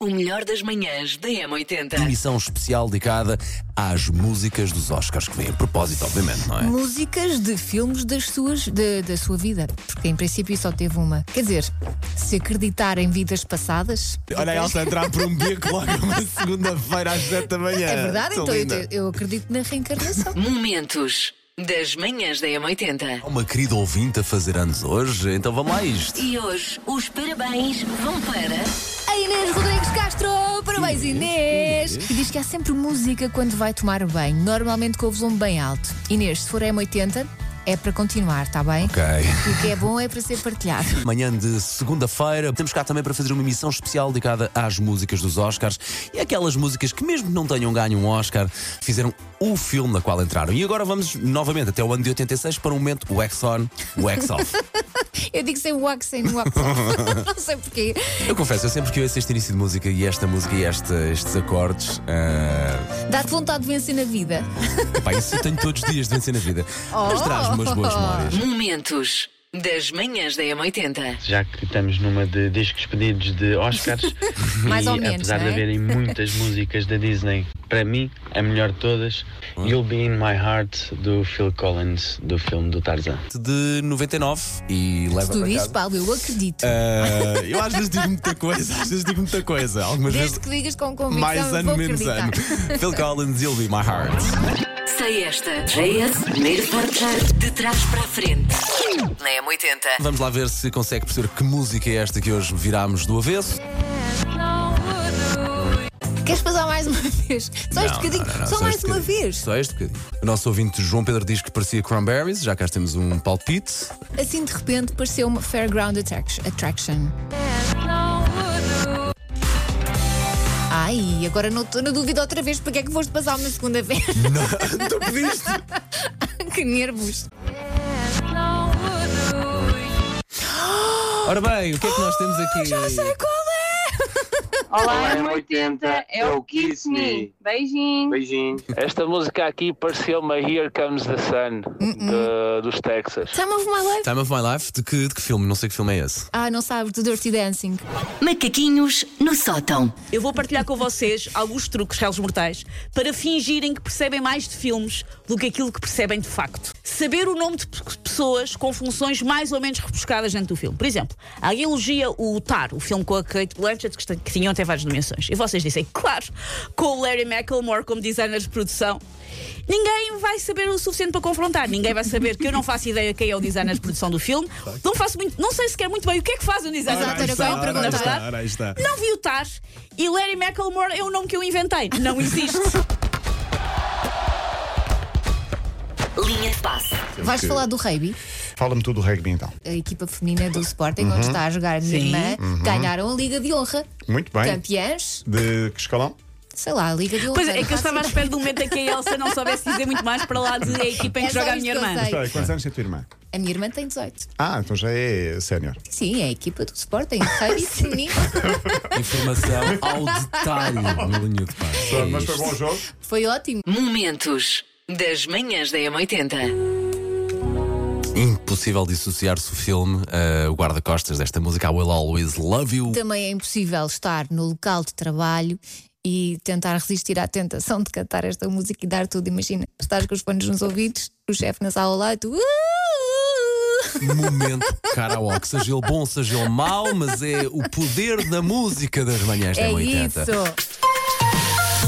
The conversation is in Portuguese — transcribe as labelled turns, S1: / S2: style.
S1: O melhor das manhãs da M80.
S2: Emissão especial dedicada às músicas dos Oscars, que vem a propósito, obviamente, não é?
S3: Músicas de filmes das suas, de- da sua vida. Porque em princípio só teve uma. Quer dizer, se acreditar em vidas passadas.
S2: Olha a Elsa entrar por um beco logo uma segunda-feira às 7 da manhã.
S3: É verdade,
S2: Sou
S3: então eu,
S2: linda.
S3: te- eu acredito na reencarnação.
S1: Momentos das manhãs da M80.
S2: Há Uma querida ouvinte a fazer anos hoje, então vamos lá a isto.
S1: E hoje os parabéns vão para.
S3: a Inês Rodrigues Castro! Parabéns, Inês! E diz que há sempre música quando vai tomar banho, normalmente com o volume bem alto. Inês, se for M80, é para continuar, está bem?
S2: Ok.
S3: E o que é bom é para ser partilhado.
S2: Manhã de segunda-feira, estamos cá também para fazer uma emissão especial dedicada às músicas dos Oscars e aquelas músicas que, mesmo que não tenham ganho um Oscar, fizeram o filme na qual entraram. E agora vamos novamente até o ano de 86 para um momento Wax On, Wax Off.
S3: Eu digo sem wax, sem wax. Não sei porquê.
S2: Eu confesso, eu sempre que ouço este início de música e esta música e esta- estes acordes, ah,
S3: Dá-te vontade de vencer na vida.
S2: pá, isso eu tenho todos os dias de vencer na vida. Mas
S3: Oh.
S2: traz-me umas boas memórias.
S1: Momentos das manhãs da M80.
S3: É.
S4: já que estamos numa de discos pedidos de Oscars
S3: Mais
S4: e
S3: ou menos,
S4: apesar
S3: não é?
S4: de haverem muitas músicas da Disney, para mim a melhor de todas, You'll Be In My Heart do Phil Collins do filme do Tarzan.
S2: De 99 e leva
S3: Tu
S2: para
S3: dizes,
S2: casa.
S3: Paulo, eu acredito.
S2: Ah, eu às vezes digo muita coisa, às vezes digo muita coisa. Algumas
S3: Desde
S2: vezes
S3: que digas com convicção,
S2: mais
S3: eu
S2: ano,
S3: vou
S2: menos
S3: acreditar.
S2: ano. Phil Collins, You'll Be My Heart.
S1: Sei esta. JS, primeiro partilhar de trás para a frente. Na M80.
S2: Vamos lá ver se consegue perceber que música é esta que hoje virámos do avesso.
S3: Queres passar mais uma vez? Só este bocadinho,
S2: não, não, não,
S3: só, mais
S2: este
S3: uma
S2: bocadinho.
S3: vez.
S2: Só este bocadinho. O nosso ouvinte João Pedro diz que parecia Cranberries, já cá temos um palpite.
S3: Assim de repente pareceu uma Fairground attract- Attraction. Ai, agora não estou na dúvida outra vez porque é que foste passar uma segunda vez.
S2: Não, tu pediste.
S3: que nervos.
S2: Ora bem, o que é que nós temos aqui?
S3: Ah, Já sei qual é!
S5: Olá, M80, é o Kiss Me. Beijinho.
S6: Beijinho.
S7: Esta música aqui pareceu-me a Here Comes the Sun de- dos Texas.
S3: Time of my life.
S2: Time of My Life, de que, de que filme? Não sei que filme é esse.
S3: Ah, não sabes, do Dirty Dancing.
S1: Macaquinhos no sótão.
S8: Eu vou partilhar com vocês alguns truques réus mortais para fingirem que percebem mais de filmes do que aquilo que percebem de facto. Saber o nome de pe- pessoas com funções mais ou menos rebuscadas dentro do filme. Por exemplo, alguém elogia o Tar, o filme com a Kate Blanchett, que, está- que tinham até várias nomeações. E vocês dizem, claro, com o Larry McElmore como designer de produção. Ninguém vai saber o suficiente para confrontar. Ninguém vai saber que eu não faço ideia quem é o designer de produção do filme. Não faço muito, não sei sequer muito bem o que é que faz um designer
S3: Exato,
S8: de
S3: era o que eu
S8: produção.
S3: ia perguntar.
S8: na verdade. Não vi o Tar e Larry McElmore é o nome que eu inventei. Não existe.
S1: Linha de passe.
S3: Vais falar do rugby?
S9: Fala-me tudo do rugby então.
S3: A equipa feminina do Sporting,
S2: Uhum.
S3: onde está a jogar a minha
S8: Sim.
S3: irmã, ganharam a Liga de Honra.
S9: Muito bem.
S3: Campeãs,
S9: De que escalão?
S3: sei lá, a Liga de Honra.
S8: Pois é, é
S3: não
S8: que eu
S3: faço
S8: estava à
S3: ideia.
S8: espera do momento em que a Elsa não soubesse dizer muito mais para lá de a equipa em
S3: É
S8: que
S3: só
S8: joga a
S3: isto
S8: minha
S3: que eu
S8: irmã.
S3: sei.
S9: Espera aí, é, Quantos anos tem a tua irmã?
S3: A minha irmã tem 18.
S9: Ah, então já é sénior.
S3: Sim, é a equipa do Sporting, rugby feminino.
S2: Informação ao detalhe no linha de passe. É
S9: Mas foi
S2: isto.
S9: bom o jogo?
S3: Foi ótimo.
S1: Momentos das manhãs da M80.
S2: Impossível dissociar-se o filme, eh, o guarda-costas desta música, I Will Always Love You.
S3: Também é impossível estar no local de trabalho e tentar resistir à tentação de cantar esta música e dar tudo. Imagina, estás com os panos nos ouvidos, o chefe na sala ao lado e tu. "Uh,
S2: Momento karaoke, seja ele bom, seja ele mau, mas é o poder da música das manhãs da
S3: É
S2: 80.
S3: isso!